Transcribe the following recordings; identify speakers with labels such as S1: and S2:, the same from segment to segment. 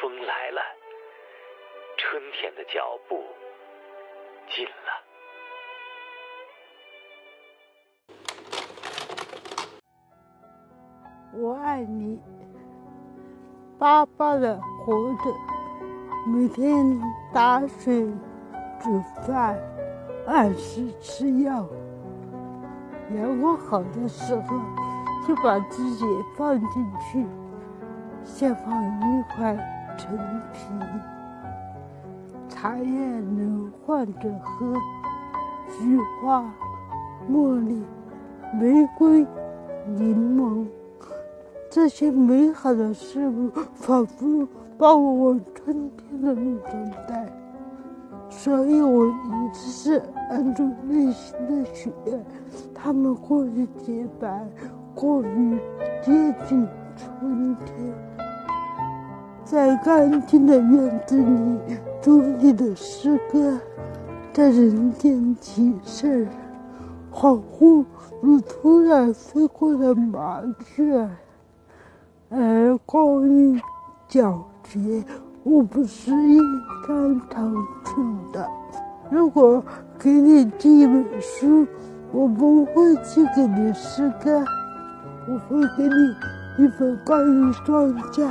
S1: 风来了，春天的脚步近了。
S2: 我爱你，巴巴的活着，每天打水、煮饭，按时吃药。阳光好的时候，就把自己放进去，像放一块陈皮。茶叶能换着喝，菊花、茉莉、玫瑰、柠檬。这些美好的事物仿佛把我春天的路等待，所以我一直是按住内心的许愿，他们过于洁白，过于接近春天。在干净的院子里，中立的诗歌在人间起事，恍惚如突然飞过的麻雀。而呃光于皎洁，我不是应该长处的。如果给你寄一本书，我不会寄给你诗歌，我会给你一本关于庄稼、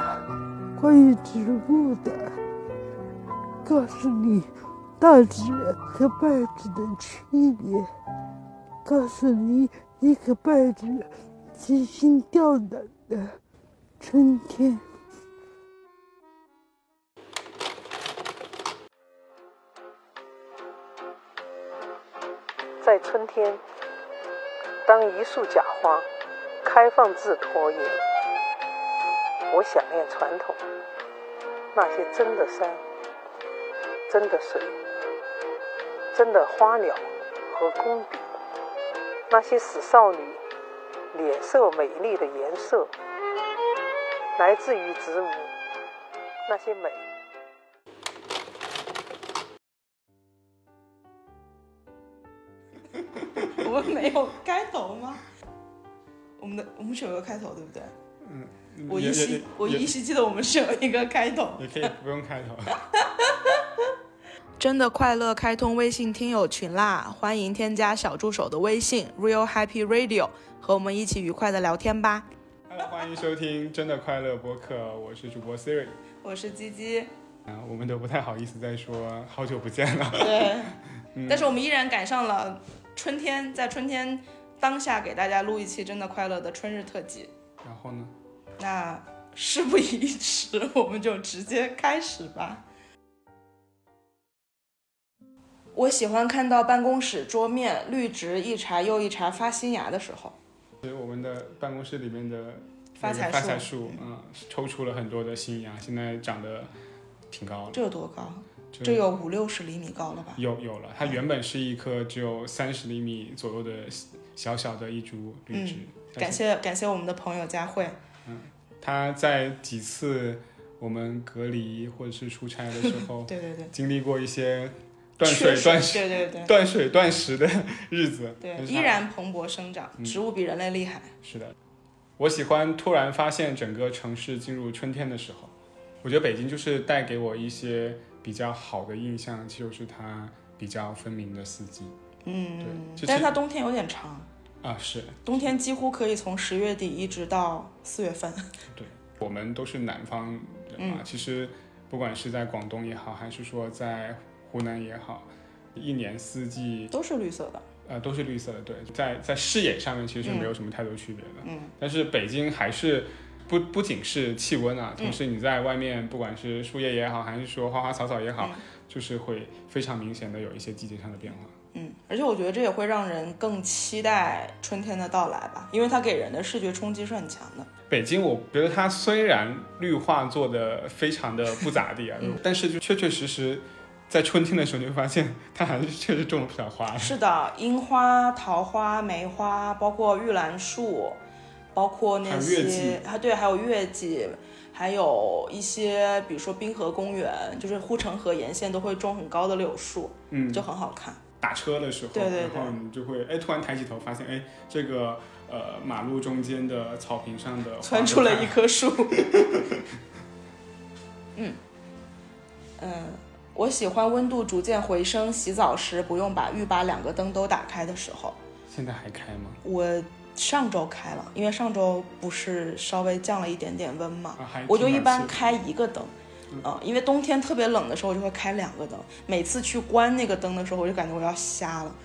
S2: 关于植物的，告诉你稻子和麦子的区别，告诉你一个麦子提心吊胆的。春天，
S3: 在春天，当一束假花开放至脱叶，我想念传统，那些真的山、真的水、真的花鸟和工笔，那些使少女脸色美丽的颜色。来自于植物，那些美。
S4: 我们没有开头 吗？我们的我们是有个开头，对不对？
S5: 嗯，
S4: 我
S5: 也
S4: 依
S5: 也
S4: 稀我依稀记得我们是有一个开头。
S5: 也可以不用开头。
S4: 真的快乐开通微信听友群啦！欢迎添加小助手的微信 Real Happy Radio，和我们一起愉快的聊天吧。
S5: Hello，欢迎收听《真的快乐》播客，我是主播 Siri。
S4: 我是鸡鸡，
S5: 啊，我们都不太好意思再说好久不见了。
S4: 对，
S5: 嗯
S4: 但是我们依然赶上了春天，在春天当下给大家录一期真的快乐的春日特辑。
S5: 然后呢？
S4: 那事不宜迟，我们就直接开始吧。我喜欢看到办公室桌面绿植一茬又一茬发新芽的时候，
S5: 是我们的办公室里面的
S4: 发
S5: 那
S4: 财
S5: 个发
S4: 树
S5: 财树，嗯，抽出了很多的新芽，现在长得挺高的。
S4: 这有多高？
S5: 就
S4: 这有五六十厘米高了吧？
S5: 有有了，它原本是一棵只有三十厘米左右的小小的一株
S4: 嗯
S5: 绿植，但
S4: 感
S5: 是
S4: 谢感谢我们的朋友佳慧，，
S5: 它在几次我们隔离或者是出差的时候
S4: 对对对，
S5: 经历过一些断
S4: 确实
S5: 水断水
S4: 对对对
S5: 断水断食的日子，
S4: 对，
S5: 但是
S4: 依
S5: 它
S4: 然蓬勃生长，植物比人类厉害。
S5: 嗯是的。我喜欢突然发现整个城市进入春天的时候，我觉得北京就是带给我一些比较好的印象，就是它比较分明的四季
S4: 嗯
S5: 对这，
S4: 但是
S5: 是
S4: 它冬天有点长，
S5: 啊，是
S4: 冬天几乎可以从十月底一直到四月份。
S5: 我们都是南方人
S4: 嗯
S5: 嘛，其实不管是在广东也好，还是说在湖南也好，一年四季
S4: 都是绿色的。
S5: 呃都是绿色的，对，在在视野上面其实是没有什么太多区别的，
S4: 嗯，
S5: 但是北京还是不不仅是气温啊，
S4: 嗯
S5: 同时你在外面不管是树叶也好，还是说花花草草也好，就是会非常明显的有一些季节上的变化。
S4: 嗯，而且我觉得这也会让人更期待春天的到来吧，因为它给人的视觉冲击是很强的。
S5: 北京，我觉得它虽然绿化做的非常的不 咋地啊，
S4: 嗯
S5: 但是就确确实实，在春天的时候你会发现，它还是确实种了不少花。
S4: 是的，樱花、桃花、梅花，包括玉兰树，包括那
S5: 还有月季
S4: 些，还对，还有月季，还有一些，比如说滨河公园，就是护城河沿线都会种很高的柳树，
S5: 嗯，
S4: 就很好看。
S5: 打车的时候，
S4: 对对对
S5: 然后你就会哎突然抬起头发现哎这个呃马路中间的草坪上的 花
S4: 窜出了
S5: 都开
S4: 一棵树。嗯，我喜欢温度逐渐回升，洗澡时不用把浴把两个灯都打开的时候。
S5: 现在还开吗？
S4: 我上周开了，因为上周不是稍微降了一点点温嘛，
S5: 啊，还
S4: 我就
S5: 挺
S4: 一
S5: 暖
S4: 般
S5: 气的
S4: 开一个灯，嗯，因为冬天特别冷的时候，我就会开两个灯。每次去关那个灯的时候，我就感觉我要瞎了，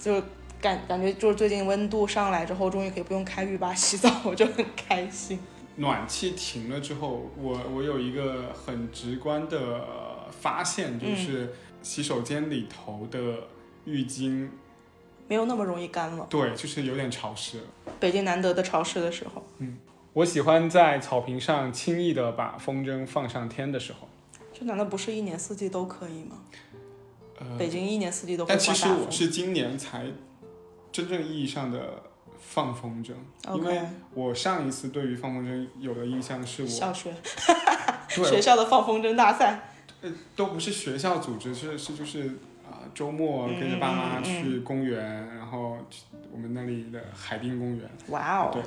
S4: 就感感觉就是最近温度上来之后，终于可以不用开浴霸洗澡，我就很开心。
S5: 暖气停了之后，我我有一个很直观的呃发现，
S4: 嗯
S5: 就是洗手间里头的浴巾，
S4: 没有那么容易干了，
S5: 对，就是有点潮湿。
S4: 北京难得的潮湿的时候，
S5: 我喜欢在草坪上轻易的把风筝放上天的时候。
S4: 这难道不是一年四季都可以吗？
S5: 呃，
S4: 北京一年四季都会
S5: 但
S4: 刮
S5: 其
S4: 大
S5: 实
S4: 风
S5: 我。是今年才真正意义上的放风筝，因为
S4: OK，
S5: 我上一次对于放风筝有的印象是我
S4: 小学学
S5: 对
S4: 校的放风筝大赛，
S5: 都不是学校组织，是是就是啊、周末跟着爸妈
S4: 嗯嗯嗯嗯
S5: 去公园，然后去我们那里的海滨公园，
S4: 哇哦
S5: 对，，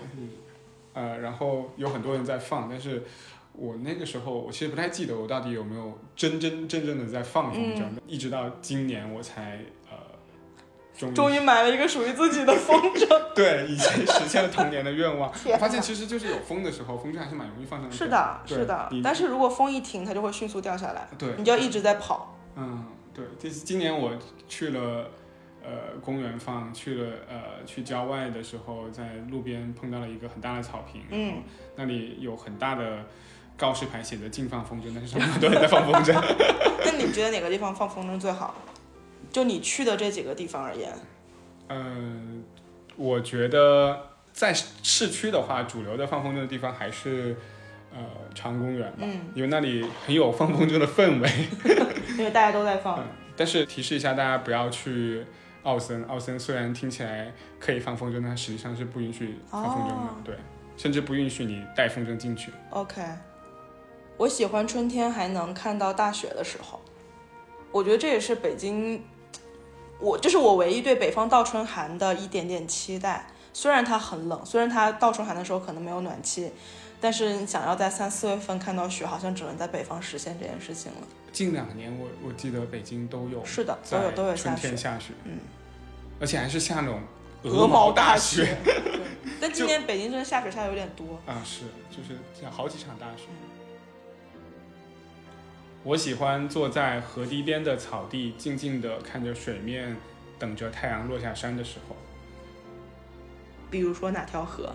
S5: 呃，然后有很多人在放，但是我那个时候我其实不太记得我到底有没有真真正正的在放
S4: 嗯
S5: 风筝，一直到今年我才呃终于
S4: 终于买了一个属于自己的风筝。
S5: 对已经实现了童年的愿 望。
S4: 天
S5: 我
S4: 哪
S5: 发现其实就是有风的时候，风筝还是蛮容易放上去
S4: 是，的，
S5: 对
S4: 是的
S5: 你，
S4: 但是如果风一停，它就会迅速掉下来，
S5: 对，
S4: 你就要一直在跑。
S5: 嗯，对，这次今年我去了呃公园放，去了呃去郊外的时候，在路边碰到了一个很大的草坪，
S4: 嗯
S5: 然后那里有很大的告示牌写着“禁放风筝”，但是上面很多人在放风筝。
S4: 那你觉得哪个地方放风筝最好？就你去的这几个地方而言，
S5: 嗯、我觉得在市区的话，主流的放风筝的地方还是呃长公园吧，
S4: 嗯，
S5: 因为那里很有放风筝的氛围。
S4: 因为大家都在放
S5: 嗯，但是提示一下大家不要去奥森。奥森虽然听起来可以放风筝，但它实际上是不允许放风筝的，
S4: 哦
S5: 对，甚至不允许你带风筝进去。
S4: OK，我喜欢春天还能看到大雪的时候，我觉得这也是北京，我这是我唯一对北方倒春寒的一点点期待。虽然它很冷，虽然它倒春寒的时候可能没有暖气，但是你想要在三四月份看到雪，好像只能在北方实现这件事情了。
S5: 近两年我我记得北京都有
S4: 是的，都有
S5: 在
S4: 都有
S5: 春
S4: 下雪，
S5: 天下雪，
S4: 嗯，
S5: 而且还是下那种
S4: 鹅
S5: 毛
S4: 毛
S5: 大
S4: 雪。对但今
S5: 就
S4: 年北京真的下雪下的有点多。
S5: 啊，是，就是下好几场大雪。我喜欢坐在河堤边的草地，静静地看着水面，等着太阳落下山的时候。
S4: 比如说哪条河？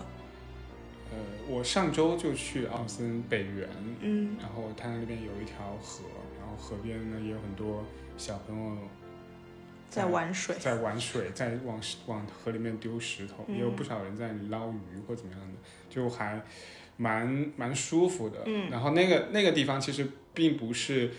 S5: 呃，我上周就去奥森北园，
S4: 嗯，
S5: 然后它那边有一条河，然后河边呢也有很多小朋友
S4: 在玩水。
S5: 在玩水，在往石往河里面丢石头，也有
S4: 嗯
S5: 不少人在捞鱼或怎么样的，就还蛮蛮舒服的。
S4: 嗯
S5: 然后那个那个地方其实并不是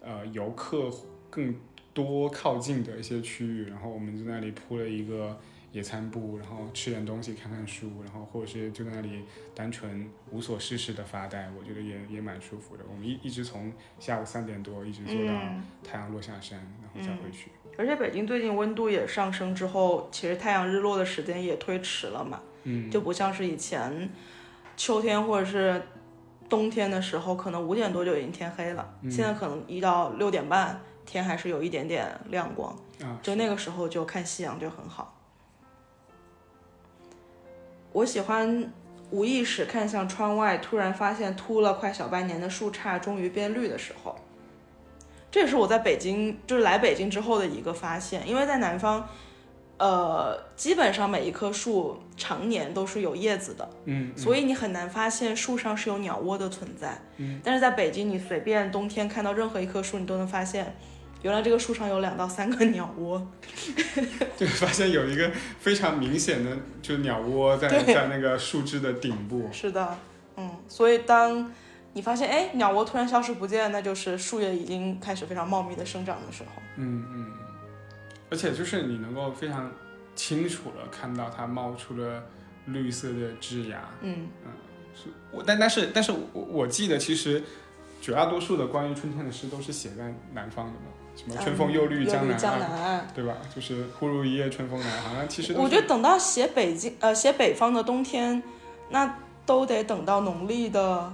S5: 呃游客更多靠近的一些区域，然后我们就在那里铺了一个野餐布，然后吃点东西，看看书，然后或者是就在那里单纯无所事事的发呆，我觉得也也蛮舒服的。我们一一直从下午三点多一直坐到
S4: 嗯
S5: 太阳落下山，然后再回去。
S4: 而且北京最近温度也上升之后，其实太阳日落的时间也推迟了嘛，
S5: 嗯，
S4: 就不像是以前秋天或者是冬天的时候，可能五点多就已经天黑了，
S5: 嗯
S4: 现在可能一到六点半天还是有一点点亮光，
S5: 啊，
S4: 就那个时候就看夕阳就很好。我喜欢无意识看向窗外，突然发现秃了快小半年的树杈终于变绿的时候。这也是我在北京，就是来北京之后的一个发现，因为在南方，呃，基本上每一棵树常年都是有叶子的，
S5: 嗯，
S4: 所以你很难发现树上是有鸟窝的存在。
S5: 嗯，
S4: 但是在北京，你随便冬天看到任何一棵树，你都能发现，原来这个树上有两到三个 鸟窝。
S5: 就 发现有一个非常明显的，就是鸟窝在
S4: 对
S5: 在那个树枝的顶部。
S4: 是的，嗯，所以当你发现哎鸟窝突然消失不见，那就是树叶已经开始非常茂密的生长的时候。
S5: 嗯嗯，而且就是你能够非常清楚的看到它冒出了绿色的枝芽。
S4: 嗯，
S5: 我但但是但是我我记得其实绝大多数的关于春天的诗都是写在南方的嘛，什么春风又绿
S4: 嗯
S5: 江南啊
S4: 江
S5: 岸，
S4: 南岸。
S5: 对吧？就是忽如一夜春风来，好像其实都
S4: 我
S5: 是
S4: 觉得等到写北京呃写北方的冬天，那都得等到农历的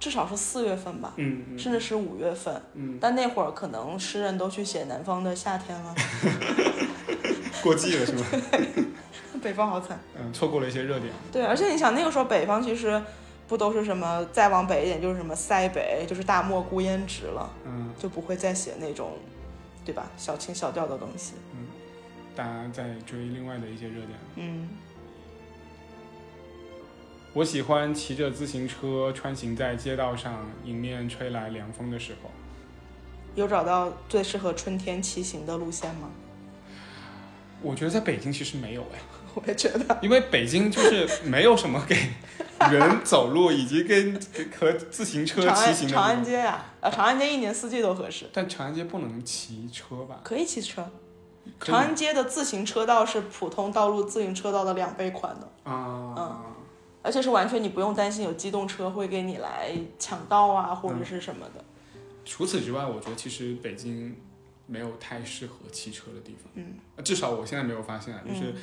S4: 至少是四月份吧，
S5: 嗯嗯
S4: 甚至是五月份。
S5: 嗯，
S4: 但那会儿可能诗人都去写南方的夏天 了，
S5: 过季了是吗？
S4: 北方好惨。
S5: 嗯，错过了一些热点。
S4: 对，而且你想那个时候北方其实不都是什么，再往北一点就是什么塞北，就是大漠孤烟直了，
S5: 嗯，
S4: 就不会再写那种，对吧？小情小调的东西。
S5: 大家在追另外的一些热点。
S4: 嗯，
S5: 我喜欢骑着自行车穿行在街道上，迎面吹来凉风的时候。
S4: 有找到最适合春天骑行的路线吗？
S5: 我觉得在北京其实没有哎，
S4: 我也觉得。
S5: 因为北京就是没有什么给人走路以及跟和自行车
S4: 长
S5: 骑
S4: 安
S5: 行的
S4: 长安
S5: 地方。
S4: 街呀、啊，长安街一年四季都合适，
S5: 但长安街不能骑车吧？
S4: 可以骑车。
S5: 可以
S4: 长安街的自行车道是普通道路自行车道的两倍宽的，
S5: 啊，
S4: 而且是完全你不用担心有机动车会给你来抢道啊，或
S5: 嗯
S4: 者是什么的。
S5: 除此之外，我觉得其实北京没有太适合骑车的地方。呃
S4: 嗯，
S5: 至少我现在没有发现啊，就是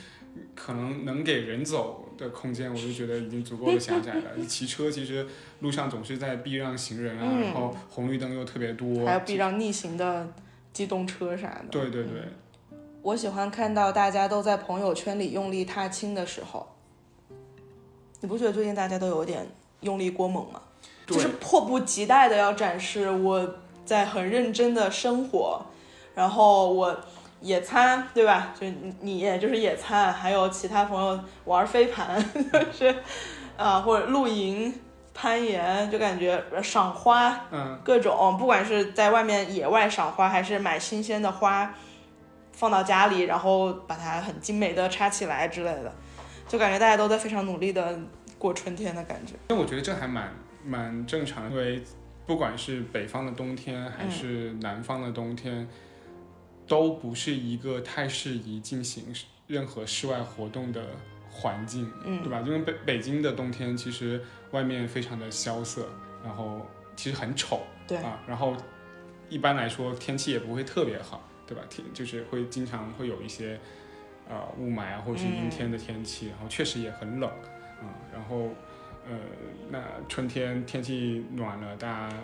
S5: 可能能给人走的空间，我就觉得已经足够的狭窄了。 骑车其实路上总是在避让行人啊，
S4: 嗯
S5: 然后红绿灯又特别多，
S4: 还有避让逆行的机动车啥的。
S5: 对对对，
S4: 我喜欢看到大家都在朋友圈里用力踏青的时候，你不觉得最近大家都有点用力过猛吗？
S5: 对
S4: 就是迫不及待的要展示我在很认真的生活，然后我野餐，对吧？就你你也就是野餐，还有其他朋友玩飞盘， 就是啊、或者露营、攀岩，就感觉呃赏花，
S5: 嗯，
S4: 各种，不管是在外面野外赏花，还是买新鲜的花，放到家里，然后把它很精美的插起来之类的，就感觉大家都在非常努力的过春天的感觉。
S5: 但我觉得这还蛮蛮正常的，因为不管是北方的冬天
S4: 嗯
S5: 还是南方的冬天，都不是一个太适宜进行任何室外活动的环境，
S4: 嗯
S5: 对吧？因为北北京的冬天其实外面非常的萧瑟，然后其实很丑，
S4: 对
S5: 啊，然后一般来说天气也不会特别好，对吧？天就是会经常会有一些呃雾霾啊，或者是阴天的天
S4: 嗯
S5: 气，然后确实也很冷，啊、然后呃那春天天气暖了，大家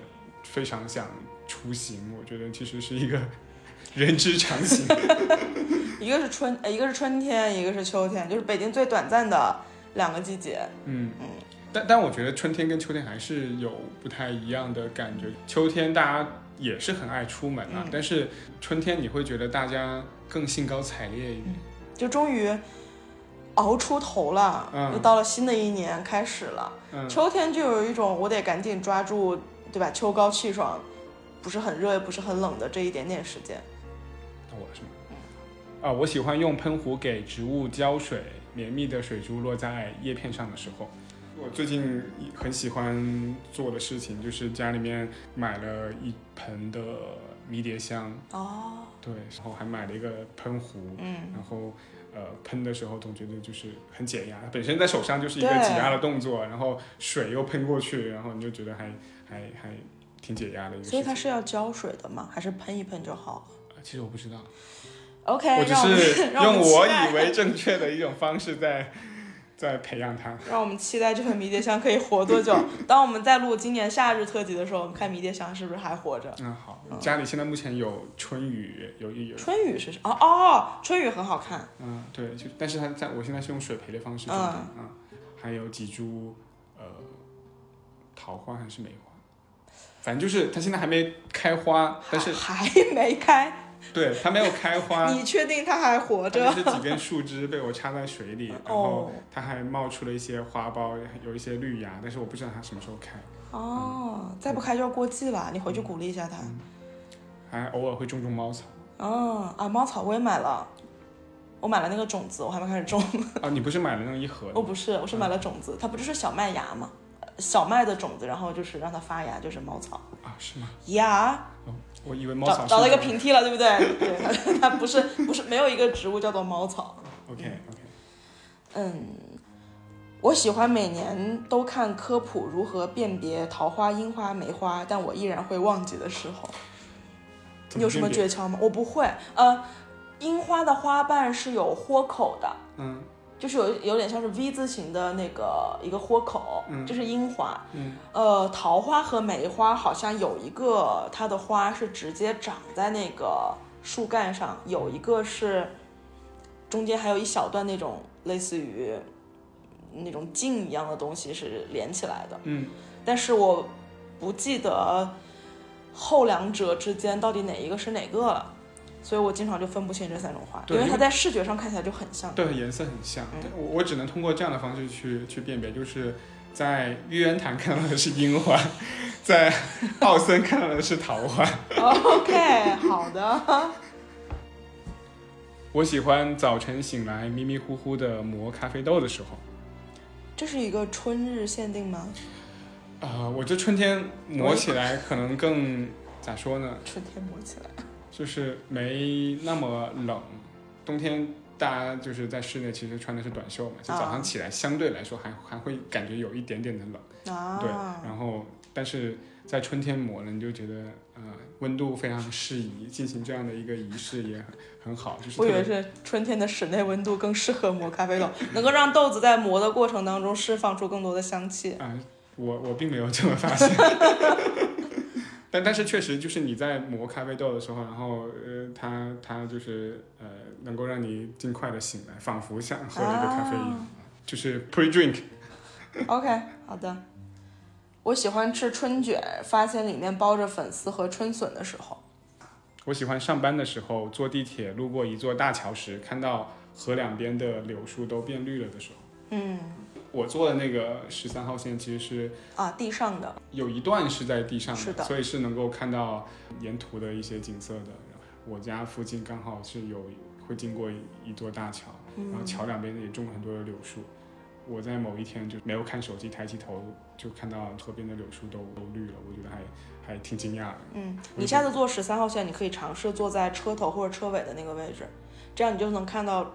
S5: 非常想出行，我觉得其实是一个人之常情，
S4: 一个是春，呃一个是春天，一个是秋天，就是北京最短暂的两个季节。
S5: 嗯。但但我觉得春天跟秋天还是有不太一样的感觉。秋天大家也是很爱出门啊，
S4: 嗯
S5: 但是春天你会觉得大家更兴高采烈一点。
S4: 就终于熬出头了，
S5: 嗯
S4: 又到了新的一年开始了。
S5: 嗯
S4: 秋天就有一种我得赶紧抓住，对吧？秋高气爽，不是很热也不是很冷的这一点点时间。
S5: 那我是吗？啊，我喜欢用喷壶给植物浇水，绵密的水珠落在叶片上的时候。我最近很喜欢做的事情就是家里面买了一盆的迷迭香，
S4: 哦，
S5: 对，然后还买了一个喷壶，
S4: 嗯，
S5: 然后呃喷的时候总觉得就是很解压，本身在手上就是一个
S4: 对
S5: 挤压的动作，然后水又喷过去，然后你就觉得还还还挺解压的一个
S4: 所
S5: 事情。
S4: 以它是要浇水的吗？还是喷一喷就好了
S5: 啊其实我不知道。
S4: ？OK，
S5: 我只
S4: 让我
S5: 是
S4: 们让
S5: 用
S4: 们期
S5: 我
S4: 待
S5: 以为正确的一种方式在在培养它。
S4: 让我们期待这份迷迭香可以活多久。当我们在录今年夏日特辑的时候，我们看迷迭香是不是还活着。
S5: 嗯，好，家里现在目前有春雨，有有有，
S4: 春雨是什哦哦，春雨很好看，
S5: 嗯，对，就但是它在我现在是用水培的方
S4: 嗯
S5: 式种的，啊、还有几株呃桃花还是梅花，反正就是它现在还没开花，但是啊
S4: 还没开。
S5: 对它没有开 花，
S4: 你确定它还活着
S5: 它？就是几根树枝被我插在水
S4: 哦
S5: 里，然后它还冒出了一些花苞，有一些绿芽，但是我不知道它什么时候开，
S4: 哦，再不开就要过季了，你回去鼓励一下他。
S5: 还偶尔会种种猫草。
S4: 哦，啊，猫草我也买了，我买了那个种子，我还没开始种。
S5: 啊，你不是买了那种一盒的
S4: 我哦
S5: 吗？
S4: 不是，我是买了种子，它不就是小麦芽吗？呃小麦的种子，然后就是让它发芽，就是猫草
S5: 啊，是吗？
S4: 芽。
S5: 哦，我以为猫
S4: 找
S5: 草
S4: 找到一个
S5: 品。
S4: 平替了，对不 对？对，它它不是不是没有一个植物叫做猫草。
S5: OK OK，
S4: 嗯，我喜欢每年都看科普如何辨别桃花、樱花、梅花，但我依然会忘记的时候。
S5: 怎
S4: 你有什么
S5: 辨别
S4: 诀窍吗？我不会。呃，樱花的花瓣是有豁口的，
S5: 嗯，
S4: 就是有有点像是 V 字形的那个一个豁口，
S5: 嗯
S4: 这是樱花。
S5: 嗯
S4: 呃，桃花和梅花好像有一个它的花是直接长在那个树干上，有一个是中间还有一小段那种类似于那种茎一样的东西是连起来的，
S5: 嗯，
S4: 但是我不记得后两者之间到底哪一个是哪个了。所以我经常就分不清这三种花，
S5: 对
S4: 因为
S5: 因
S4: 它
S5: 为
S4: 在视觉上看起来就很像。
S5: 对，颜色很像。
S4: 嗯
S5: 对我我只能通过这样的方式去去辨别，就是在玉渊潭看到的是樱花，在奥森看到的是桃花。
S4: OK，好的。
S5: 我喜欢早晨醒来迷迷糊糊的磨咖啡豆的时候。
S4: 这是一个春日限定吗？
S5: 啊、我这春天磨起来可能更咋说呢？
S4: 春天摸起来。
S5: 就是没那么冷。冬天大家就是在室内，其实穿的是短袖嘛，就早上起来相对来说还还会感觉有一点点的冷，
S4: 啊，
S5: 对。然后，但是在春天抹呢，你就觉得呃温度非常适宜，进行这样的一个仪式也很很好，就是
S4: 我
S5: 特
S4: 以为
S5: 别
S4: 是春天的室内温度更适合磨咖 啡豆，能够让豆子在磨的过程当中释放出更多的香气。
S5: 啊、我我并没有这么发现。 但但是确实就是你在磨咖啡豆的时候，然后呃，它它就是呃，能够让你尽快的醒来，仿佛像喝了一个咖啡一
S4: 啊
S5: 样，就是 pre drink。
S4: OK，好的。我喜欢吃春卷，发现里面包着粉丝和春笋的时候，
S5: 我喜欢上班的时候坐地铁路过一座大桥时，看到河两边的柳树都变绿了的时候。
S4: 嗯，
S5: 我坐的那个十三号线其实是
S4: 啊，地上的，
S5: 有一段是在地上的，
S4: 是的
S5: 所以是能够看到沿途的一些景色的。我家附近刚好是有会经过一座大桥，然
S4: 嗯
S5: 后桥两边也种了很多的柳树。我在某一天就没有看手机，抬起头就看到河边的柳树都都绿了，我觉得还还挺惊讶的。
S4: 嗯，你下次坐十三号线，你可以尝试坐在车头或者车尾的那个位置，这样你就能看到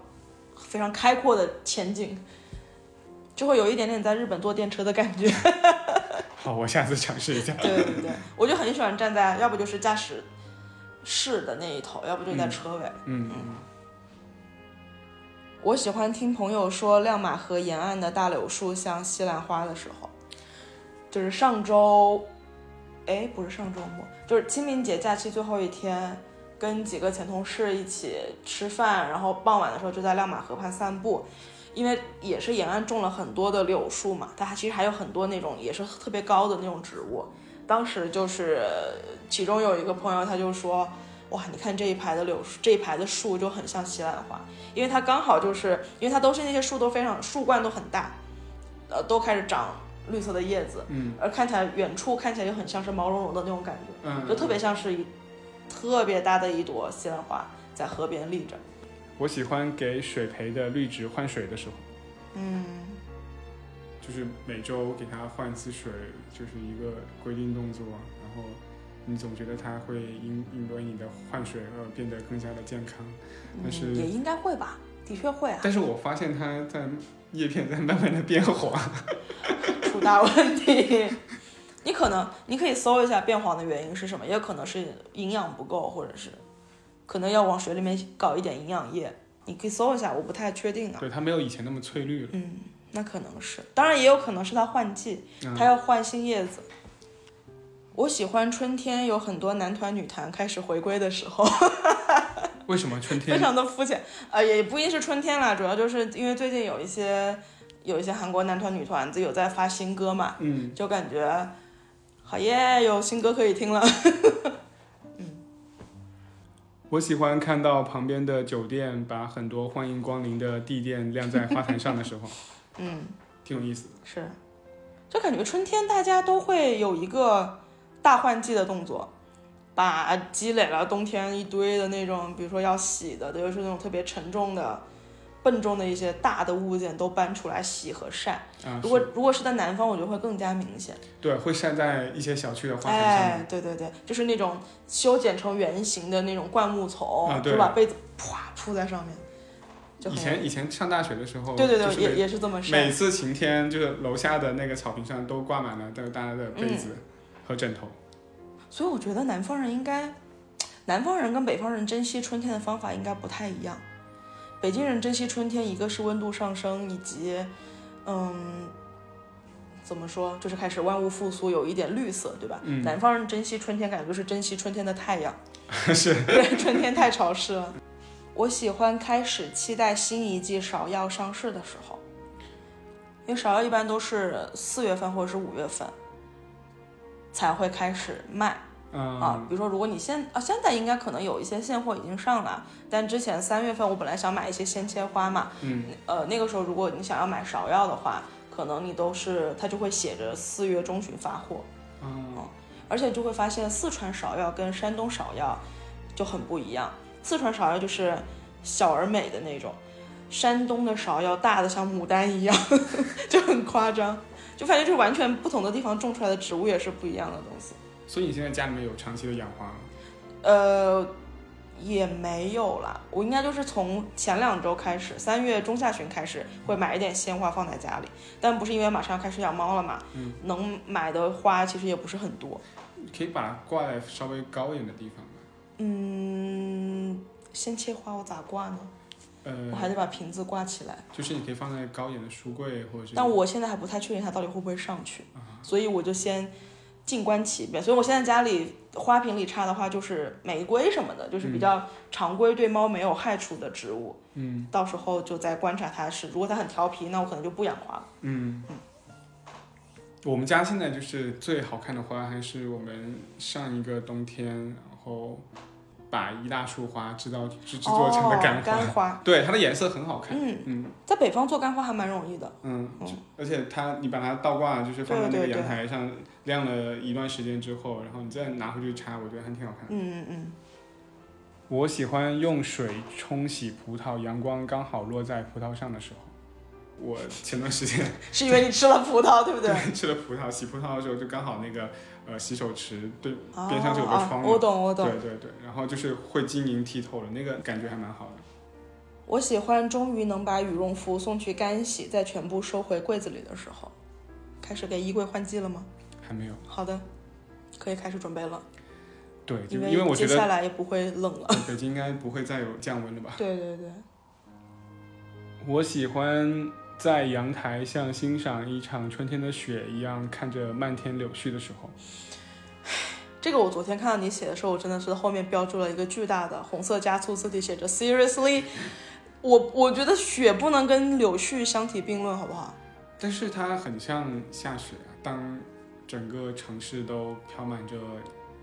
S4: 非常开阔的前景，就会有一点点在日本坐电车的感觉。
S5: 好，我下次 尝试一下。
S4: 对对对， 我就很喜欢站在，要不就是驾驶室的那一头，要不就在车尾。
S5: 嗯嗯。
S4: 我喜欢听朋友说亮马河沿岸的大柳树像西兰花的时候，就是上周，哎，不是上周末，就是清明节假期最后一天，跟几个前同事一起吃饭，然后傍晚的时候就在亮马河畔散步。因为也是沿岸种了很多的柳树嘛，它还其实还有很多那种也是特别高的那种植物。当时就是其中有一个朋友，他就说：“哇，你看这一排的柳树，这一排的树就很像西兰花，因为它刚好就是因为它都是那些树都非常树冠都很大，呃，都开始长绿色的叶子，
S5: 嗯，
S4: 而看起来远处看起来就很像是毛茸茸的那种感觉，
S5: 嗯
S4: 就特别像是一特别大的一朵西兰花在河边立着。
S5: 我喜欢给水培的绿植换水的时候，
S4: 嗯，
S5: 就是每周给它换一次水，就是一个规定动作。然后你总觉得它会因因为你的换水而变得更加的健康，但是、
S4: 嗯也应该会吧，的确会啊，
S5: 但是我发现它在叶片在慢慢的变黄。
S4: 出大问题。 你可能你可以搜一下变黄的原因是什么，也有可能是营养不够，或者是可能要往水里面搞一点营养液。你可以搜一下，我不太确定啊。
S5: 对，它没有以前那么翠绿了。
S4: 嗯，那可能是，当然也有可能是它换季，
S5: 嗯
S4: 它要换新叶子。我喜欢春天，有很多男团女团开始回归的时候，
S5: 为什么春
S4: 非
S5: 天？
S4: 常的肤浅。呃，也不一定是春天啦，主要就是因为最近有一些有一些韩国男团女团子有在发新歌嘛，
S5: 嗯，
S4: 就感觉好耶，有新歌可以听了。
S5: 我喜欢看到旁边的酒店把很多欢迎光临的地垫晾在花坛上的时候，
S4: 嗯，
S5: 挺有意思的。
S4: 是，就感觉春天大家都会有一个大换季的动作，把积累了冬天一堆的那种，比如说要洗的，尤其是那种特别沉重的。笨重的一些大的物件都搬出来洗和晒。
S5: 啊，
S4: 如果
S5: 是
S4: 如果是在南方，我觉得会更加明显。
S5: 对，会晒在一些小区的花坛上面。
S4: 哎，对对对，就是那种修剪成圆形的那种灌木丛，
S5: 啊对
S4: 就把被子啪铺在上面，就
S5: 以
S4: 很
S5: 前以前上大学的时候，
S4: 对对对，
S5: 就是
S4: 也
S5: 每
S4: 也是这么
S5: 每
S4: 晒。
S5: 次晴天，就是楼下的那个草坪上都挂满了大大家的被子
S4: 嗯
S5: 和枕头。
S4: 所以我觉得南方人应该，南方人跟北方人珍惜春天的方法应该不太一样。北京人珍惜春天，一个是温度上升，以及，嗯，怎么说，就是开始万物复苏，有一点绿色，对吧？
S5: 嗯
S4: 南方人珍惜春天，感觉就是珍惜春天的太阳，
S5: 是
S4: 对， 春天太潮湿了。我喜欢开始期待新一季芍药上市的时候，因为芍药一般都是四月份或者是五月份才会开始卖。
S5: 嗯、
S4: 啊，比如说，如果你现啊，现在应该可能有一些现货已经上了，但之前三月份我本来想买一些鲜切花嘛，
S5: 嗯，
S4: 呃，那个时候如果你想要买芍药的话，可能你都是它就会写着四月中旬发货，啊
S5: 嗯
S4: 而且就会发现四川芍药跟山东芍药就很不一样，四川芍药就是小而美的那种，山东的芍药大的像牡丹一样， 就很夸张，就反正就是完全不同的地方种出来的植物也是不一样的东西。
S5: 所以你现在家里面有长期的养花吗？
S4: 呃，也没有啦，我应该就是从前两周开始，三月中下旬开始会买一点鲜花放在家里，但不是因为马上要开始养猫了嘛，
S5: 嗯
S4: 能买的花其实也不是很多。
S5: 可以把它挂在稍微高一点的地方吗？
S4: 嗯，鲜切花我咋挂呢？我还
S5: 呃，
S4: 得把瓶子挂起来，
S5: 就是你可以放在高一点的书柜或者是……
S4: 但我现在还不太确定它到底会不会上去，
S5: 啊
S4: 所以我就先。静观其变，所以我现在家里花瓶里插的花就是玫瑰什么的，就是比
S5: 嗯
S4: 较常规对猫没有害处的植物。
S5: 嗯
S4: 到时候就再观察它是，如果它很调皮，那我可能就不养花了。
S5: 嗯，我们家现在就是最好看的花，还是我们上一个冬天，然后把一大束花制造制制作成的干
S4: 哦、
S5: 花。
S4: 干花，
S5: 对，它的颜色很好看。
S4: 嗯，
S5: 嗯
S4: 在北方做干花还蛮容易的。
S5: 嗯，
S4: 嗯
S5: 就而且它你把它倒挂，就是放在那
S4: 对
S5: 个
S4: 对对
S5: 阳台上晾了一段时间之后，然后你再拿回去插，我觉得还挺好看的。
S4: 嗯嗯嗯，
S5: 我喜欢用水冲洗葡萄，阳光刚好落在葡萄上的时候。我前段时间
S4: 是因为你吃了葡萄，对不 对？
S5: 吃了葡萄，洗葡萄的时候就刚好那个呃洗手池对
S4: 哦
S5: 边上就有个窗
S4: 哦
S5: 嘛
S4: 我懂，我懂。
S5: 对对对，然后就是会晶莹剔透的那个感觉还蛮好的。
S4: 我喜欢终于能把羽绒服送去干洗，再全部收回柜子里的时候，开始给衣柜换季了吗？
S5: 还没有
S4: 好的，可以开始准备了，
S5: 对，就
S4: 因
S5: 因为我觉
S4: 接
S5: 得
S4: 下来也不会冷 了。
S5: 北京应该不会再有降温了吧。
S4: 对对对，
S5: 我喜欢在阳台像欣赏一场春天的雪一样，看着漫天柳絮的时候，
S4: 这个我昨天看到你写的时候，我真的是后面标注了一个巨大的红色加粗字体，写着 “seriously”。我我觉得雪不能跟柳絮相提并论，好不好？
S5: 但是它很像下雪啊。当整个城市都飘满着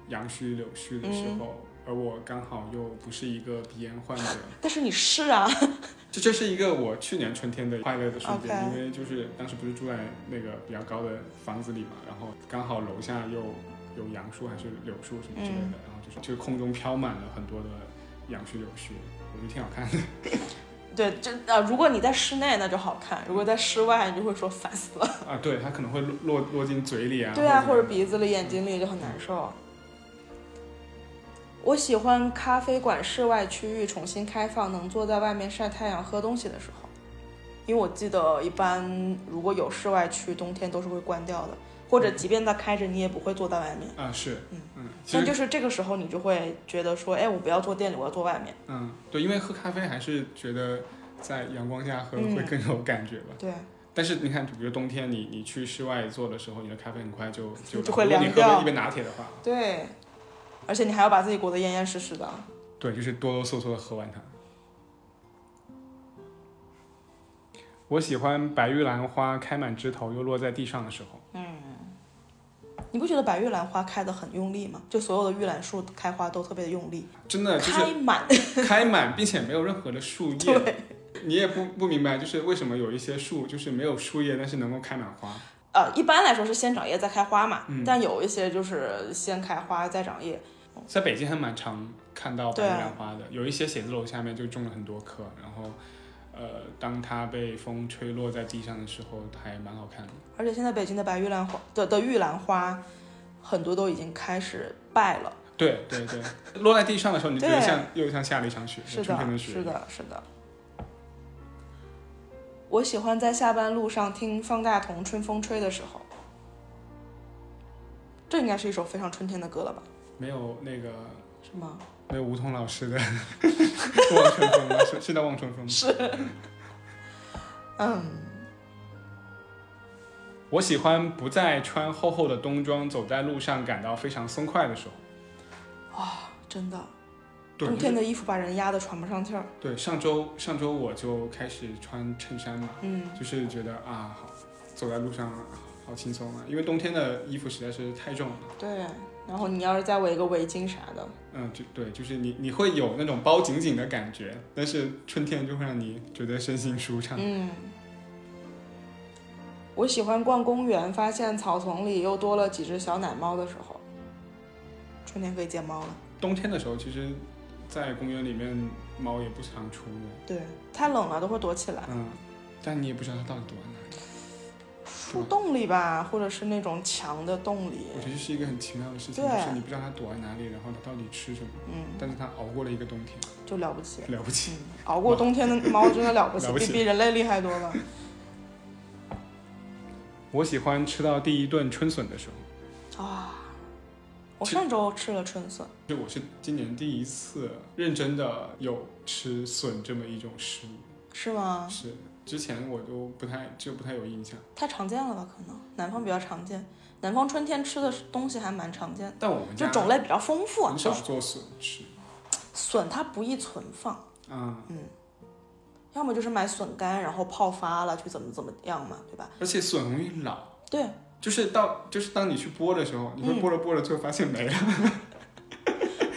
S5: 杨絮、柳絮的时候，而我刚好又不是一个鼻炎患者，
S4: 但是你是啊，
S5: 这这是一个我去年春天的快乐的瞬间
S4: OK
S5: 因为就是当时不是住在那个比较高的房子里嘛，然后刚好楼下又有杨树还是柳树什么之类的，
S4: 嗯
S5: 然后就是就空中飘满了很多的杨絮、柳絮，我觉得挺好看的。
S4: 对，这啊，如果你在室内那就好看，如果在室外，你就会说烦死了。
S5: 啊，对，它可能会落落落进嘴里啊，
S4: 对啊，或者
S5: 怎么样
S4: 鼻子里、眼睛里就很难受。我喜欢咖啡馆室外区域重新开放，能坐在外面晒太阳、喝东西的时候，因为我记得一般如果有室外区，冬天都是会关掉的，或者即便它开着，你也不会坐在外面。
S5: 啊，是，
S4: 嗯
S5: 嗯，其
S4: 但
S5: 实
S4: 就是这个时候，你就会觉得说，哎，我不要坐店里，我要坐外面。
S5: 嗯，对，因为喝咖啡还是觉得在阳光下喝
S4: 嗯
S5: 会更有感觉吧。
S4: 对，
S5: 但是你看，比如冬天你你去室外做的时候，你的咖啡很快就就
S4: 就会
S5: 如果
S4: 凉
S5: 你喝
S4: 掉
S5: 了一杯拿铁的话，
S4: 对，而且你还要把自己裹得严严实实的。
S5: 对，就是哆哆嗦嗦的喝完它。我喜欢白玉兰花开满枝头又落在地上的时候，
S4: 你不觉得白玉兰花开得很用力吗？就所有的玉兰树开花都特别的用力，
S5: 真的呃就是
S4: 开满。
S5: 开满，并且没有任何的树叶
S4: 对。
S5: 你也不不明白，就是为什么有一些树就是没有树叶，但是能够开满花。
S4: 呃，一般来说是先长叶再开花嘛，
S5: 嗯
S4: 但有一些就是先开花再长叶。
S5: 在北京还蛮常看到白
S4: 对
S5: 玉
S4: 啊
S5: 兰花的，有一些写字楼下面就种了很多棵，然后，呃，当它被风吹落在地上的时候，还蛮好看的。
S4: 而且现在北京的白玉兰花的的玉兰花，很多都已经开始败了。
S5: 对对对，落在地上的时候，你就觉得
S4: 对
S5: 像又像下了一场雪，
S4: 是
S5: 春天
S4: 的，
S5: 雪。
S4: 是。的，是的。我喜欢在下班路上听方大同《春风吹》的时候，这应该是一首非常春天的歌了吧？
S5: 没有那个
S4: 是吗？
S5: 那吴桐老师的 望春风吗？是是在望春风吗？
S4: 嗯，
S5: 我喜欢不再穿厚厚的冬装，走在路上感到非常松快的时候。
S4: 真的，
S5: 对，
S4: 冬天的衣服把人压得喘不上气儿。
S5: 对，上周上周我就开始穿衬衫嘛，
S4: 嗯，
S5: 就是觉得啊，好，走在路上啊好轻松啊，因为冬天的衣服实在是太重了。
S4: 对。然后你要是再围个围巾啥的，
S5: 嗯，就对，就是你你会有那种包紧紧的感觉，但是春天就会让你觉得身心舒畅。
S4: 嗯。我喜欢逛公园，发现草丛里又多了几只小奶猫的时候，春天可以见猫了。
S5: 冬天的时候，其实，在公园里面猫也不常出没，
S4: 对，太冷了都会躲起来，
S5: 嗯，但你也不知道它到底躲在哪里。
S4: 树洞里吧，或者是那种墙的洞里。
S5: 我觉得这是一个很奇妙的事情，
S4: 对
S5: 就是你不知道它躲在哪里，然后它到底吃什么，
S4: 嗯，
S5: 但是它熬过了一个冬天，
S4: 就了不起。
S5: 了不起。
S4: 嗯，熬过冬天的猫真的了不起，
S5: 了不起
S4: 比比人类厉害多了。
S5: 我喜欢吃到第一顿春笋的时候，
S4: 我上周吃了春笋，
S5: 就我是今年第一次认真的有吃笋这么一种食物，
S4: 是吗？
S5: 是之前我都不太就不太有印象，
S4: 太常见了吧？可能南方比较常见，南方春天吃的东西还蛮常见，
S5: 但我们
S4: 就
S5: 家
S4: 种类比较丰富啊
S5: 很。少做笋吃，
S4: 笋它不易存放，
S5: 啊、
S4: 要么就是买笋干，然后泡发了去怎么怎么样嘛，对吧？
S5: 而且笋容易老，
S4: 对，
S5: 就是到就是当你去剥的时候，你会
S4: 嗯
S5: 剥着剥着最后发现 没了，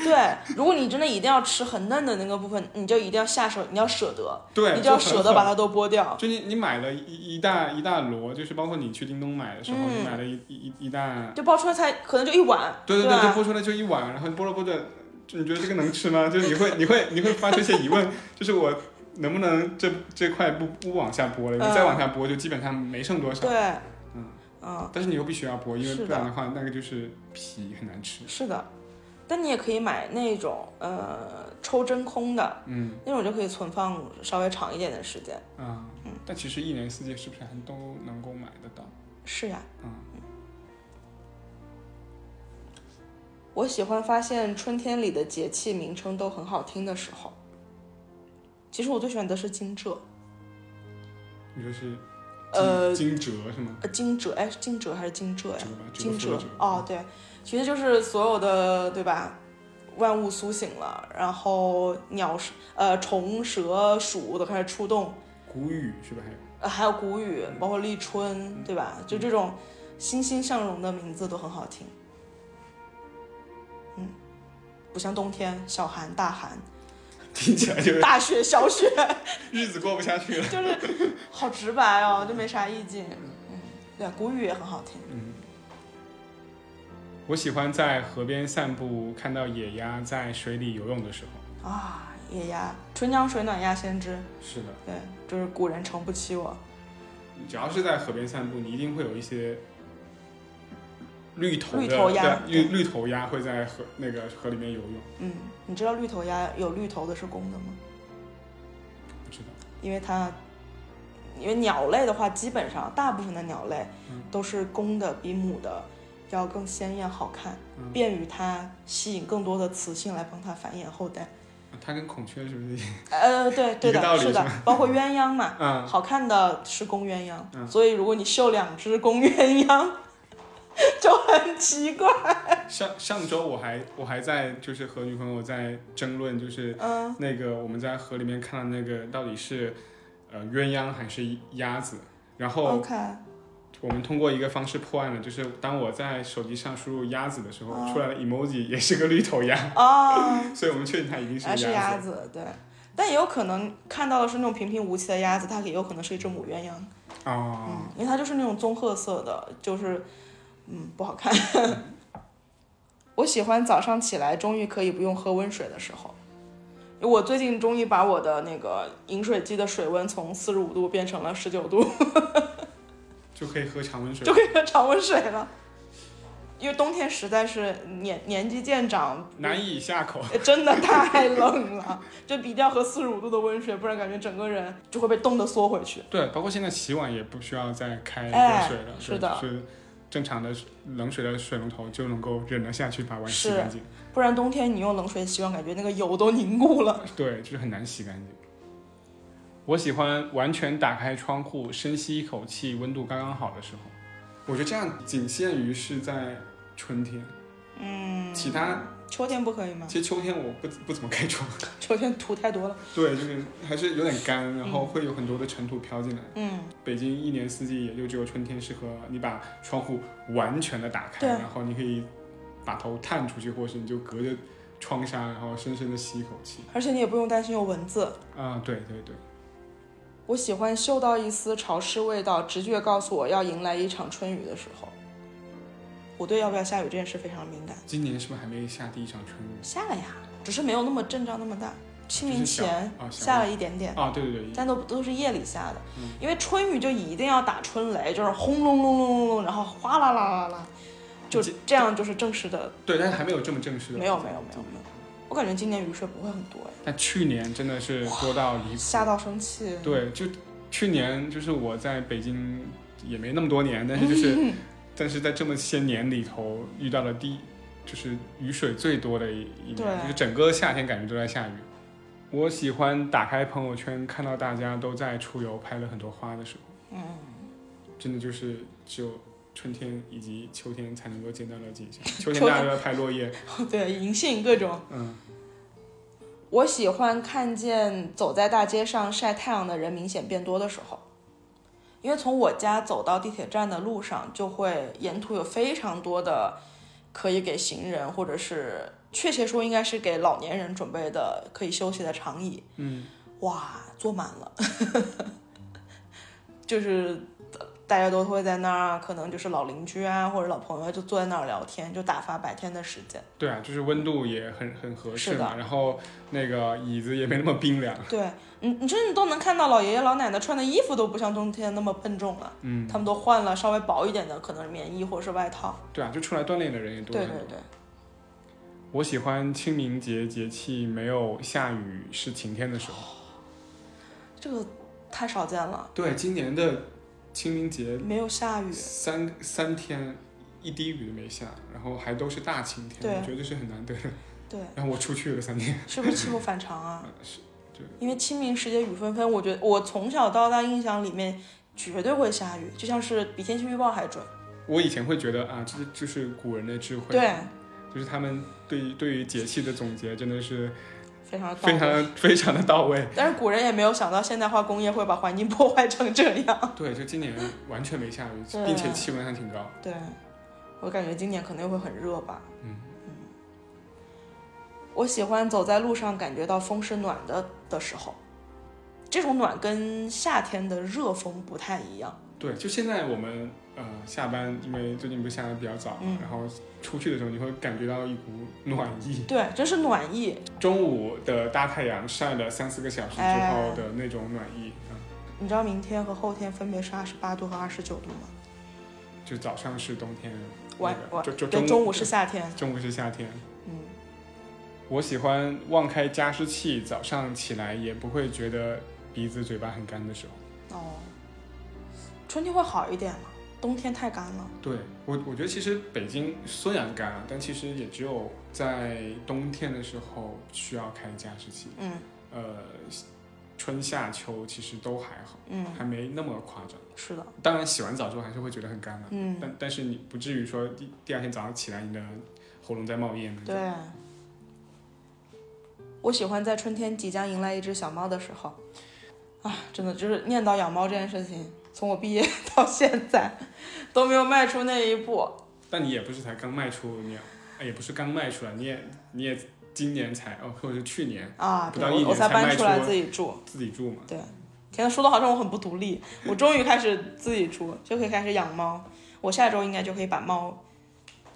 S4: 对，如果你真的一定要吃很嫩的那个部分，你就一定要下手，你要舍得，
S5: 对，
S4: 你就要
S5: 很
S4: 舍得把
S5: 狠
S4: 它都剥掉。
S5: 就你你买了一一大一大摞，就是包括你去叮咚买的时候，
S4: 嗯啊
S5: 你买了一一一一大，
S4: 就爆出来才可能就一碗，
S5: 对对，
S4: 吧？
S5: 就剥出来就一碗，然后剥着剥着，就你觉得这个能吃吗？就是你会你会你会发出一些疑问，就是我能不能这这块不不往下剥了？你
S4: 嗯
S5: 再往下剥就基本上没剩多少，
S4: 对，
S5: 嗯
S4: 嗯，
S5: 但是你又必须要剥，因为
S4: 是的
S5: 不然的话那个就是皮很难吃。
S4: 是的。但你也可以买那种呃抽真空的
S5: 嗯
S4: 那种，就可以存放稍微长一点的时间。
S5: 啊，
S4: 嗯
S5: 但其实一年四季是不是还都能够买得到？
S4: 是呀，
S5: 嗯，
S4: 我喜欢发现春天里的节气名称都很好听的时候。其实我最喜欢的是惊蛰，
S5: 你说是
S4: 呃
S5: 惊惊蛰是吗？
S4: 呃，惊蛰，哎，是惊蛰还是惊蛰呀
S5: 蛰吧？蛰
S4: 惊
S5: 伏的
S4: 蛰
S5: 蛰，
S4: 哦，对，其实就是所有的，对吧？万物苏醒了，然后鸟是呃虫蛇鼠都开始出动，
S5: 谷雨是吧？还有
S4: 呃，还有谷雨，包括立春，对吧？就这种欣欣向荣的名字都很好听。嗯，不像冬天小寒、大寒、
S5: 听起来就是
S4: 大雪、小雪，
S5: 日子过不下去了。
S4: 就是好直白哦，就没啥意境。嗯，对，谷雨也很好听。
S5: 嗯，我喜欢在河边散步，看到野鸭在水里游泳的时候。
S4: 啊，野鸭，春江水暖鸭先知。
S5: 是的，
S4: 对，就是古人诚不欺我。
S5: 只要是在河边散步，你一定会有一些绿头的
S4: 绿头鸭
S5: 对绿绿头鸭会在河那个河里面游泳。
S4: 嗯，你知道绿头鸭有绿头的是公的吗？
S5: 不知道，
S4: 因为它，因为鸟类的话，基本上大部分的鸟类
S5: 嗯
S4: 都是公的比母的要更鲜艳好看，
S5: 嗯
S4: 便于它吸引更多的雌性来帮它繁衍后代。
S5: 啊它跟孔雀是不是？
S4: 呃，对对
S5: 一个道
S4: 的，
S5: 理
S4: 是的
S5: 是，
S4: 包括鸳鸯嘛，
S5: 嗯，
S4: 好看的是公鸳鸯，
S5: 嗯
S4: 所以如果你绣两只公鸳鸯， 就很奇 怪。
S5: 上上周我还我还在就是和女朋友在争论，就是
S4: 嗯，
S5: 那个我们在河里面看到那个到底是呃鸳鸯还是鸭子，然后
S4: OK，
S5: 我们通过一个方式破案了，就是当我在手机上输入鸭子的时候，
S4: 哦
S5: 出来的 emoji 也是个绿头鸭，
S4: 啊，
S5: 所以我们确定它一定是
S4: 还哎啊是鸭
S5: 子。
S4: 子，对。但也有可能看到的是那种平平无奇的鸭子，它也有可能是一只母鸳鸯，
S5: 哦，
S4: 因为它就是那种棕褐色的，就是嗯不好看。 我喜欢早上起来终于可以不用喝温水的时候。我最近终于把我的那个饮水机的水温从四十五度变成了十九度，
S5: 就可以喝常温水
S4: 就。可以喝常温水了。因为冬天实在是年年纪渐长，
S5: 难以下口，
S4: 真的太冷了，就一定要喝四十五度的温水，不然感觉整个人就会被冻得缩回去。
S5: 对，包括现在洗碗也不需要再开
S4: 哎
S5: 热水了，
S4: 是
S5: 对
S4: 的
S5: 就是正常的冷水的水龙头就能够忍得下去把碗洗
S4: 是
S5: 干净。
S4: 不然冬天你用冷水洗碗，感觉那个油都凝固了。
S5: 对，就是很难洗干净。我喜欢完全打开窗户，深吸一口气，温度刚刚好的时候。我觉得这样仅限于是在春天，
S4: 嗯，
S5: 其他
S4: 秋天不可以吗？
S5: 其实秋天我不不怎么开窗。
S4: 秋天土太多了。
S5: 对，就是还是有点干，然后会有很多的尘土飘进来。
S4: 嗯，
S5: 北京一年四季也就只有春天适合你把窗户完全的打开，
S4: 对
S5: 然后你可以把头探出去，或是你就隔着窗纱，然后深深的吸一口气。
S4: 而且你也不用担心有蚊子。
S5: 啊，对对对，
S4: 我喜欢嗅到一丝潮湿味道，直觉告诉我要迎来一场春雨的时候。我对要不要下雨这件事非常敏感。
S5: 今年是不是还没下第一场春雨？
S4: 下了呀，只是没有那么阵仗那么大。清明前
S5: 就是小啊小
S4: 下了一哦点点，
S5: 啊，对对对，
S4: 但都都是夜里下的
S5: 嗯，
S4: 因为春雨就一定要打春雷，就是轰隆隆隆隆隆，然后哗啦啦啦啦，就
S5: 这
S4: 这样就是正式的。
S5: 对，但是还没有这么正式的。
S4: 没有没有没有没有，我感觉今年雨水不会很多哎，
S5: 但去年真的是多到离谱。
S4: 吓到生气。
S5: 对，就去年就是我在北京也没那么多年，但是
S4: 嗯
S5: 就是， 但是在这么些年里头遇到了第一就是雨水最多的一一年，
S4: 对
S5: 就是整个夏天感觉都在下雨。我喜欢打开朋友圈，看到大家都在出游拍了很多花的时候，
S4: 嗯，
S5: 真的就是只有春天以及秋天才能够见到的景 象。秋天
S4: 秋
S5: 大家都在拍落叶，
S4: 对，银杏各种。
S5: 嗯，
S4: 我喜欢看见走在大街上晒太阳的人明显变多的时候，因为从我家走到地铁站的路上，就会沿途有非常多的可以给行人或者是确切说应该是给老年人准备的可以休息的长椅，
S5: 嗯，
S4: 哇，坐满了， 就是大家都会在那儿，可能就是老邻居啊或者老朋友就坐在那儿聊天，就打发白天的时间。
S5: 对啊，就是温度也很很合适
S4: 是的
S5: 嘛，然后那个椅子也没那么冰凉，
S4: 对你，你甚至都能看到老爷爷老奶奶穿的衣服都不像冬天那么笨重了，
S5: 嗯，
S4: 他们都换了稍微薄一点的，可能是棉衣或者是外套。
S5: 对啊，就出来锻炼的人也多
S4: 对
S5: 很
S4: 对
S5: 多。
S4: 对，
S5: 我喜欢清明节节气没有下雨是晴天的时候。
S4: 这个太少见了，
S5: 对，今年的清明节
S4: 没有下雨。
S5: 三三天一滴雨都没下，然后还都是大晴
S4: 对
S5: 天，我觉得这是很难得的。
S4: 对，
S5: 然后我出去了三天，
S4: 是不是气候反常啊？
S5: 是
S4: 因为清明时节雨纷纷，我觉得我从小到大印象里面绝对会下雨，就像是比天气预报还准。
S5: 我以前会觉得啊，这就是古人的智慧，
S4: 对，，
S5: 就是他们对对于节气的总结真的是
S4: 非常地
S5: 非
S4: 到位。
S5: 常非常的 到位。
S4: 但是古人也没有想到现代化工业会把环境破坏成这样。
S5: 对，就今年完全没下雨，
S4: 对
S5: 并且气温还挺高。
S4: 对，我感觉今年可能又会很热吧。
S5: 嗯，
S4: 我喜欢走在路上感觉到风是暖的的时候，这种暖跟夏天的热风不太一样。
S5: 对，就现在我们呃下班，因为最近不是下的比较早嘛，
S4: 嗯
S5: 然后出去的时候你会感觉到一股暖意。
S4: 对，真是暖意。
S5: 中午的大太阳晒了三四个小时之
S4: 哎
S5: 后的那种暖意，嗯
S4: 你知道明天和后天分别是二十八度和二十九度吗？
S5: 就早上是冬天，
S4: 晚
S5: 那个
S4: 晚
S5: 嗯就就
S4: 对，
S5: 中
S4: 中午是夏天。
S5: 中午是夏天。
S4: 嗯，
S5: 我喜欢忘开加湿器，早上起来也不会觉得鼻子嘴巴很干的时候。
S4: 哦，春天会好一点了，冬天太干了。
S5: 对我，我觉得其实北京虽然干啊，但其实也只有在冬天的时候需要开加湿器。
S4: 嗯
S5: 呃，春夏秋其实都还好，
S4: 嗯，
S5: 还没那么夸张。
S4: 是的，
S5: 当然，洗完澡之后还是会觉得很干了、
S4: 嗯，
S5: 但但是你不至于说第第二天早上起来你的喉咙在冒烟那种。
S4: 对。我喜欢在春天即将迎来一只小猫的时候，啊，真的就是念叨养猫这件事情，从我毕业到现在都没有迈出那一步。
S5: 但你也不是才刚卖出，你也哎也不是刚卖出来，你也你也今年才哦，或者是去年
S4: 啊，
S5: 不
S4: 对，
S5: 到一
S4: 我我
S5: 年
S4: 才
S5: 才
S4: 搬
S5: 迈
S4: 出来
S5: 出
S4: 自己住。
S5: 自己住嘛。
S4: 天呐，说的好像我很不独立，我终于开始自己住，就可以开始养猫。我下周应该就可以把猫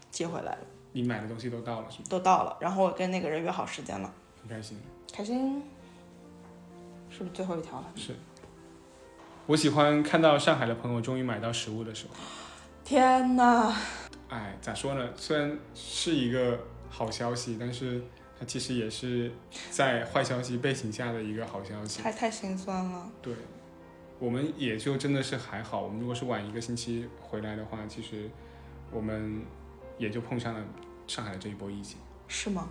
S4: 接回来了，
S5: 你买的东西都到了，是吗？
S4: 都到了。然后我跟那个人约好时间了，
S5: 很开心。
S4: 开心。是不是最后一条了？
S5: 是。我喜欢看到上海的朋友终于买到食物的时候，
S4: 天呐，
S5: 哎，咋说呢？虽然是一个好消息，但是它其实也是在坏消息背景下的一个好消息。
S4: 太太心酸了。
S5: 对，我们也就真的是还好。我们如果是晚一个星期回来的话，其实我们也就碰上了上海的这一波疫情。
S4: 是吗？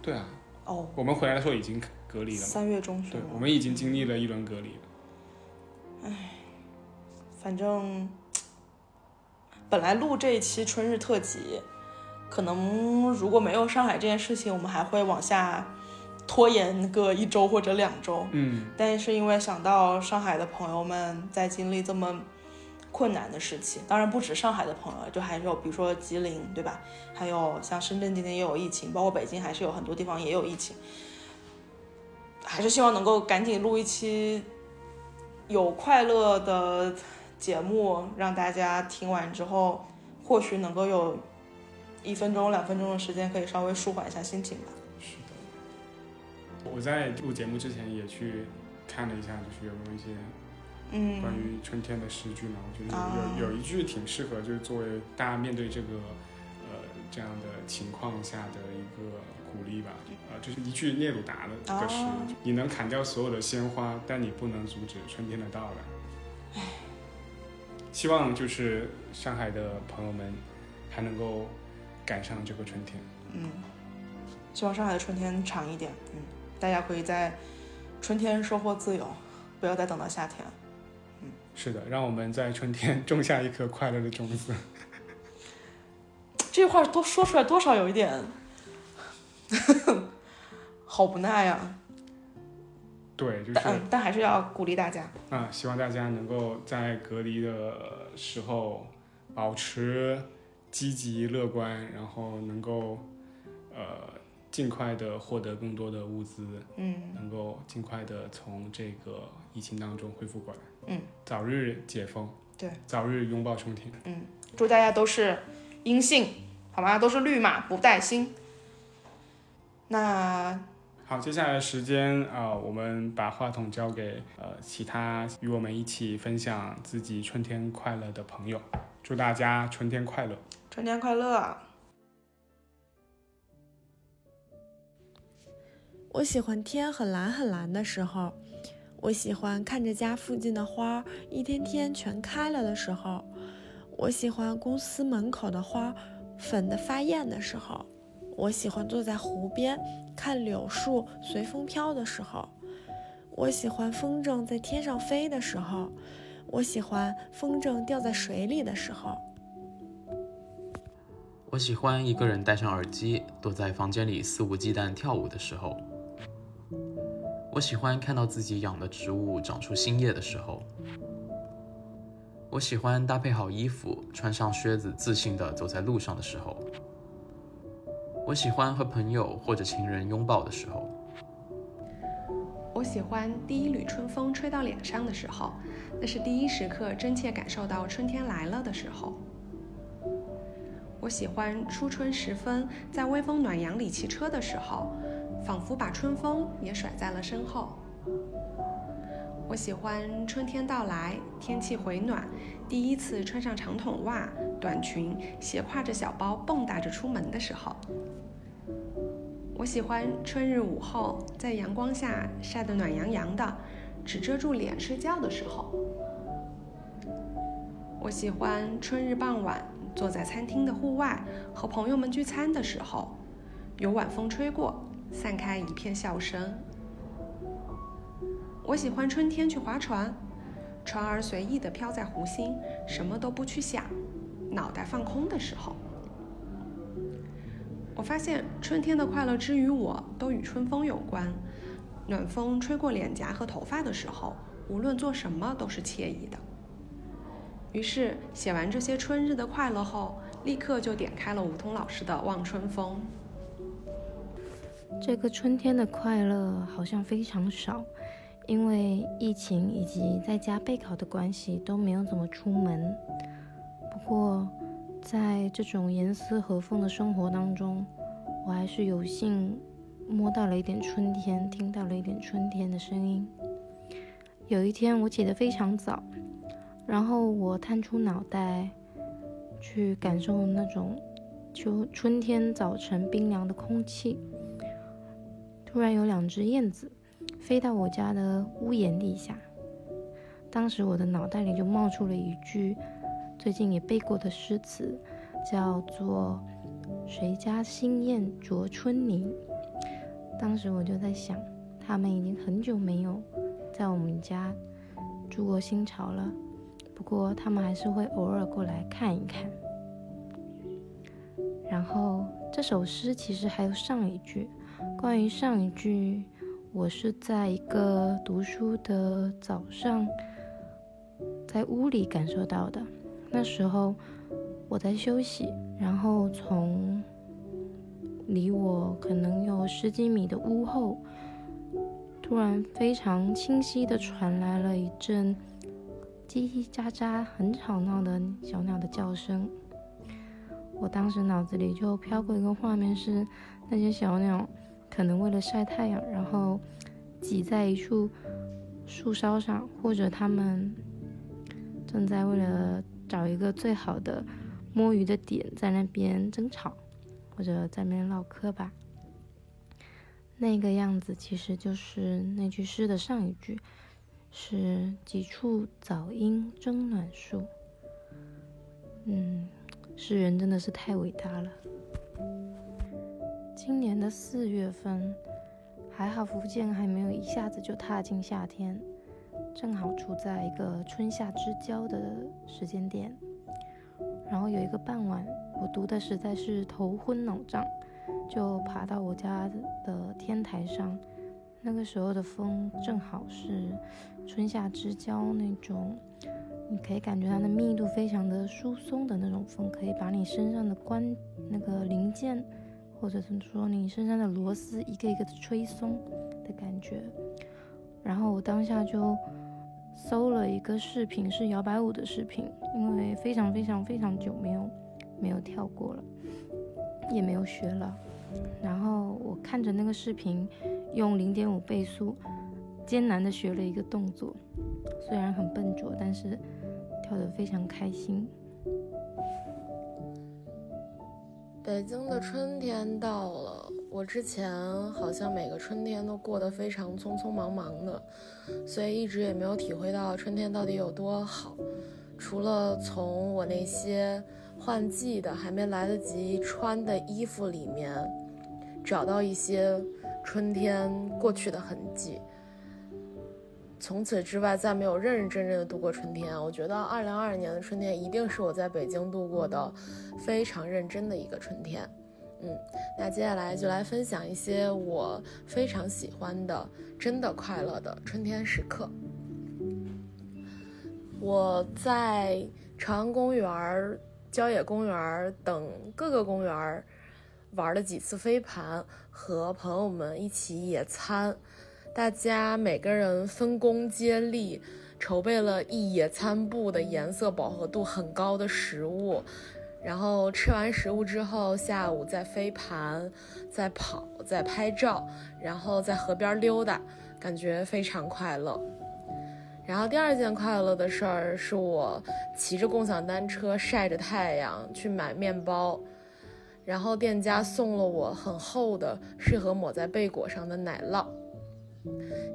S5: 对啊，
S4: 哦，
S5: 我们回来的时候已经隔离了嘛，
S4: 三月中旬
S5: 对
S4: 了，
S5: 我们已经经历了一轮隔离了。
S4: 反正本来录这一期春日特辑，可能如果没有上海这件事情，我们还会往下拖延个一周或者两周。
S5: 嗯，
S4: 但是因为想到上海的朋友们在经历这么困难的事情，当然不止上海的朋友，就还有比如说吉林，对吧？还有像深圳今天也有疫情，包括北京还是有很多地方也有疫情，还是希望能够赶紧录一期有快乐的节目，让大家听完之后，或许能够有一分钟、两分钟的时间可以稍微舒缓一下心情吧。
S5: 是的。我在录节目之前也去看了一下，就是有没有一些
S4: 嗯，
S5: 关于春天的诗句嘛，我觉得
S4: 啊
S5: 有有有一句挺适合，就是作为大家面对这个呃这样的情况下的一个鼓励吧。
S4: 嗯
S5: 呃，就是一句聂鲁达的这个诗：
S4: 啊
S5: 你能砍掉所有的鲜花，但你不能阻止春天的到来。希望就是上海的朋友们还能够赶上这个春天。
S4: 嗯，希望上海的春天长一点。嗯，大家可以在春天收获自由，不要再等到夏天了。
S5: 是的，让我们在春天 种下一颗快乐的种子。
S4: 这句话多说出来多少有一点， 好无奈呀、
S5: 对，就是
S4: 但嗯但还是要鼓励大家。
S5: 啊、希望大家能够在隔离的时候保持积极乐观，然后能够呃尽快的获得更多的物资，
S4: 嗯，
S5: 能够尽快的从这个疫情当中恢复过来。
S4: 嗯，
S5: 早日解封。
S4: 对，
S5: 早日拥抱春天。
S4: 祝大家都是阴性，好吗？都是绿码，不带星。那
S5: 好，接下来的时间啊、呃我们把话筒交给呃其他与我们一起分享自己春天快乐的朋友，祝大家春天快乐。
S4: 春天快乐！啊
S6: 我喜欢天很蓝很蓝的时候，我喜欢看着家附近的花儿一天天全开了的时候，我喜欢公司门口的花儿粉的发艳的时候，我喜欢坐在湖边看柳树随风飘的时候，我喜欢风筝在天上飞的时候，我喜欢风筝掉在水里的时候。
S7: 我喜欢一个人戴上耳机，躲在房间里肆无忌惮跳舞的时候。我喜欢看到自己养的植物长出新叶的时候。我喜欢搭配好衣服，穿上靴子，自信地走在路上的时候。我喜欢和朋友或者情人拥抱的时候。
S8: 我喜欢第一缕春风吹到脸上的时候，那是第一时刻真切感受到春天来了的时候。我喜欢初春时分，在微风暖阳里骑车的时候，仿佛把春风也甩在了身后。我喜欢春天到来，天气回暖，第一次穿上长筒袜、短裙，斜挎着小包蹦跶着出门的时候。我喜欢春日午后，在阳光下晒得暖洋洋的，只遮住脸睡觉的时候。我喜欢春日傍晚，坐在餐厅的户外和朋友们聚餐的时候，有晚风吹过，散开一片笑声。我喜欢春天去划船，船儿随意地飘在湖心，什么都不去想，脑袋放空的时候。我发现春天的快乐之于我都与春风有关。暖风吹过脸颊和头发的时候，无论做什么都是惬意的。于是写完这些春日的快乐后，立刻就点开了吴桐老师的《望春风》。
S9: 这个春天的快乐好像非常少，因为疫情以及在家备考的关系都没有怎么出门。不过，在这种严丝合缝的生活当中，我还是有幸摸到了一点春天，听到了一点春天的声音。有一天，我起得非常早，然后我探出脑袋去感受那种秋春天早晨冰凉的空气。突然有两只燕子飞到我家的屋檐底下，当时我的脑袋里就冒出了一句最近也背过的诗词，叫做谁家新燕啄春泥》。当时我就在想，他们已经很久没有在我们家住过新巢了，不过他们还是会偶尔过来看一看。然后这首诗其实还有上一句，关于上一句，我是在一个读书的早上，在屋里感受到的。那时候我在休息，然后从离我可能有十几米的屋后，突然非常清晰的传来了一阵叽叽喳喳、很吵闹的小鸟的叫声。我当时脑子里就飘过一个画面是，那些小鸟可能为了晒太阳，然后挤在一处树梢上，或者它们正在为了找一个最好的摸鱼的点，在那边争吵，或者在那边唠嗑吧。那个样子其实就是那句诗的上一句，是几处早莺争暖树。嗯。诗人真的是太伟大了。今年的四月份，还好福建还没有一下子就踏进夏天，正好处在一个春夏之交的时间点。然后有一个傍晚，我读的实在是头昏脑胀，就爬到我家的天台上。那个时候的风正好是春夏之交那种。你可以感觉它的密度非常的疏松的那种风，可以把你身上的关那个零件，或者是说你身上的螺丝一个一个的吹松的感觉。然后我当下就搜了一个视频，是摇摆舞的视频，因为非常非常非常久没有没有跳过了，也没有学了。然后我看着那个视频，用零点五倍速艰难的学了一个动作。虽然很笨拙，但是跳得非常开心。
S10: 北京的春天到了，我之前好像每个春天都过得非常匆匆忙忙的，所以一直也没有体会到春天到底有多好。除了从我那些换季的还没来得及穿的衣服里面，找到一些春天过去的痕迹。从此之外，再没有认认真真的度过春天。啊我觉得二零二二年的春天一定是我在北京度过的非常认真的一个春天。嗯，那接下来就来分享一些我非常喜欢的、真的快乐的春天时刻。我在朝阳公园、郊野公园等各个公园玩了几次飞盘，和朋友们一起野餐。大家每个人分工接力，筹备了一野餐布的颜色饱和度很高的食物，然后吃完食物之后，下午再飞盘，再跑，再拍照，然后在河边溜达，感觉非常快乐。然后第二件快乐的事儿是我骑着共享单车晒着太阳去买面包。然后店家送了我很厚的适合抹在贝果上的奶酪。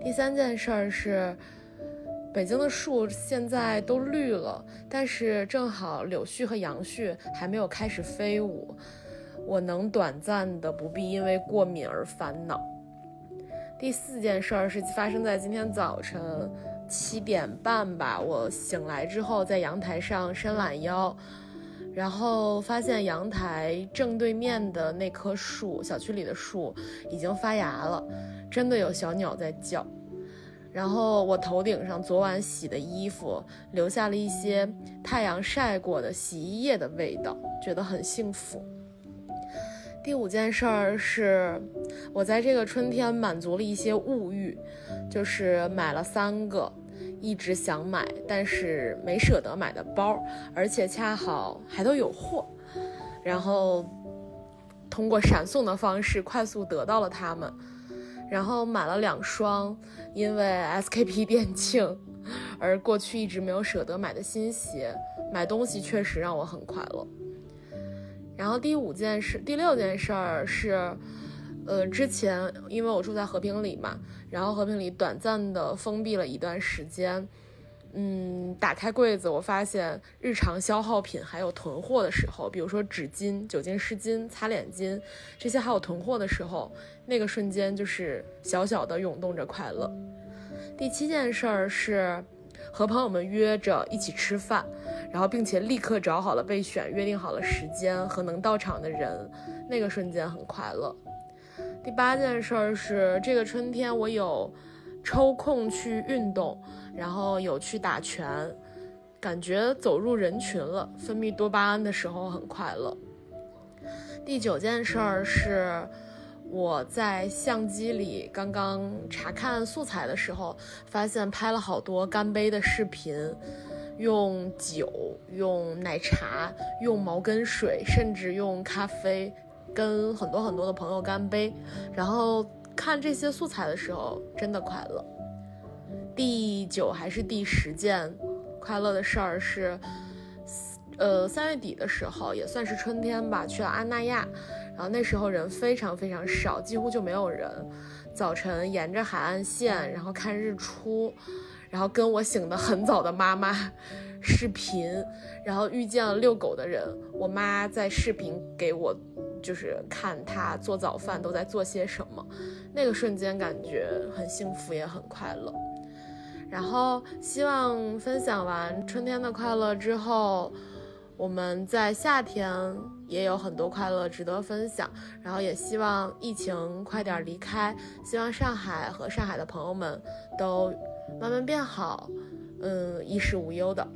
S10: 第三件事儿是，北京的树现在都绿了，但是正好柳絮和杨絮还没有开始飞舞，我能短暂的不必因为过敏而烦恼。第四件事儿是发生在今天早晨七点半吧，我醒来之后在阳台上伸懒腰。然后发现阳台正对面的那棵树，小区里的树已经发芽了，真的有小鸟在叫。然后我头顶上昨晚洗的衣服留下了一些太阳晒过的洗衣液的味道，觉得很幸福。第五件事儿是，我在这个春天满足了一些物欲，就是买了三个。一直想买，但是没舍得买的包，而且恰好还都有货，然后通过闪送的方式快速得到了它们，然后买了两双，因为 SKP 店庆，而过去一直没有舍得买的新鞋。买东西确实让我很快乐。然后第五件事，第六件事儿是。呃，之前因为我住在和平里嘛，然后和平里短暂的封闭了一段时间，嗯，打开柜子，我发现日常消耗品还有囤货的时候，比如说纸巾、酒精湿巾、擦脸巾这些，还有囤货的时候，那个瞬间就是小小的涌动着快乐。第七件事儿是和朋友们约着一起吃饭，然后并且立刻找好了备选、约定好了时间和能到场的人，那个瞬间很快乐。第八件事儿是这个春天我有。抽空去运动，然后有去打拳，感觉走入人群了，分泌多巴胺的时候很快乐。第九件事儿是我在相机里刚刚查看素材的时候，发现拍了好多干杯的视频，用酒、用奶茶、用毛根水，甚至用咖啡，跟很多很多的朋友干杯，然后。看这些素材的时候，真的快乐。第九还是第十件快乐的事儿是，呃，三月底的时候，也算是春天吧，去了安那亚。然后那时候人非常非常少，几乎就没有人。早晨沿着海岸线，然后看日出，然后跟我醒得很早的妈妈视频，然后遇见了遛狗的人。我妈在视频给我。就是看他做早饭都在做些什么，那个瞬间感觉很幸福也很快乐。然后希望分享完春天的快乐之后，我们在夏天也有很多快乐值得分享。然后也希望疫情快点离开，希望上海和上海的朋友们都慢慢变好，嗯，衣食无忧的。